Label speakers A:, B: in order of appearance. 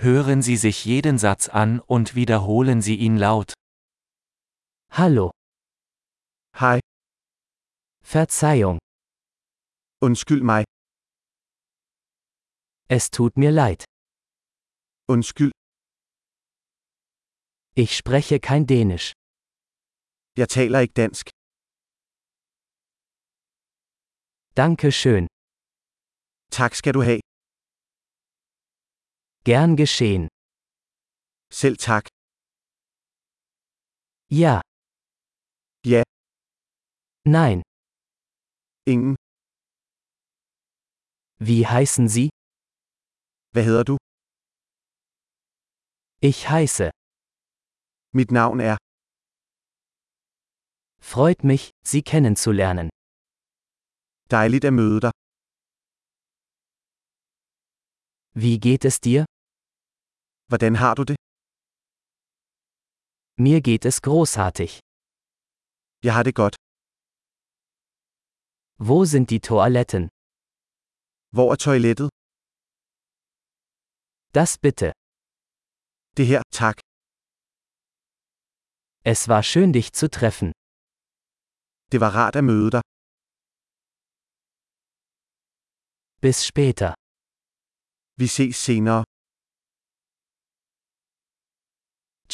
A: Hören Sie sich jeden Satz an und wiederholen Sie ihn laut.
B: Hallo,
C: Hej,
B: Verzeihung,
C: undskyld mig,
B: es tut mir leid.
C: undskyld,
B: Ich spreche kein Dänisch.
C: jeg taler ikke dansk.
B: Danke schön.
C: Tak skal du have.
B: Gern geschehen.
C: Selv tak.
B: Ja.
C: Ja.
B: Nein.
C: Ingen.
B: Wie heißen Sie?
C: Hvad hedder du?
B: Ich heiße.
C: Mit navn er.
B: Freut mich, Sie kennenzulernen.
C: Dejligt at møde dig.
B: Wie geht es dir?
C: Hvordan har du det?
B: Mir geht es großartig.
C: Jeg har det godt.
B: Wo sind die Toiletten?
C: Hvor er toilettet?
B: Das bitte.
C: Det her, tak.
B: Es war schön, dich zu treffen.
C: Det var rart at møde dig.
B: Bis später.
C: Vi ses senere.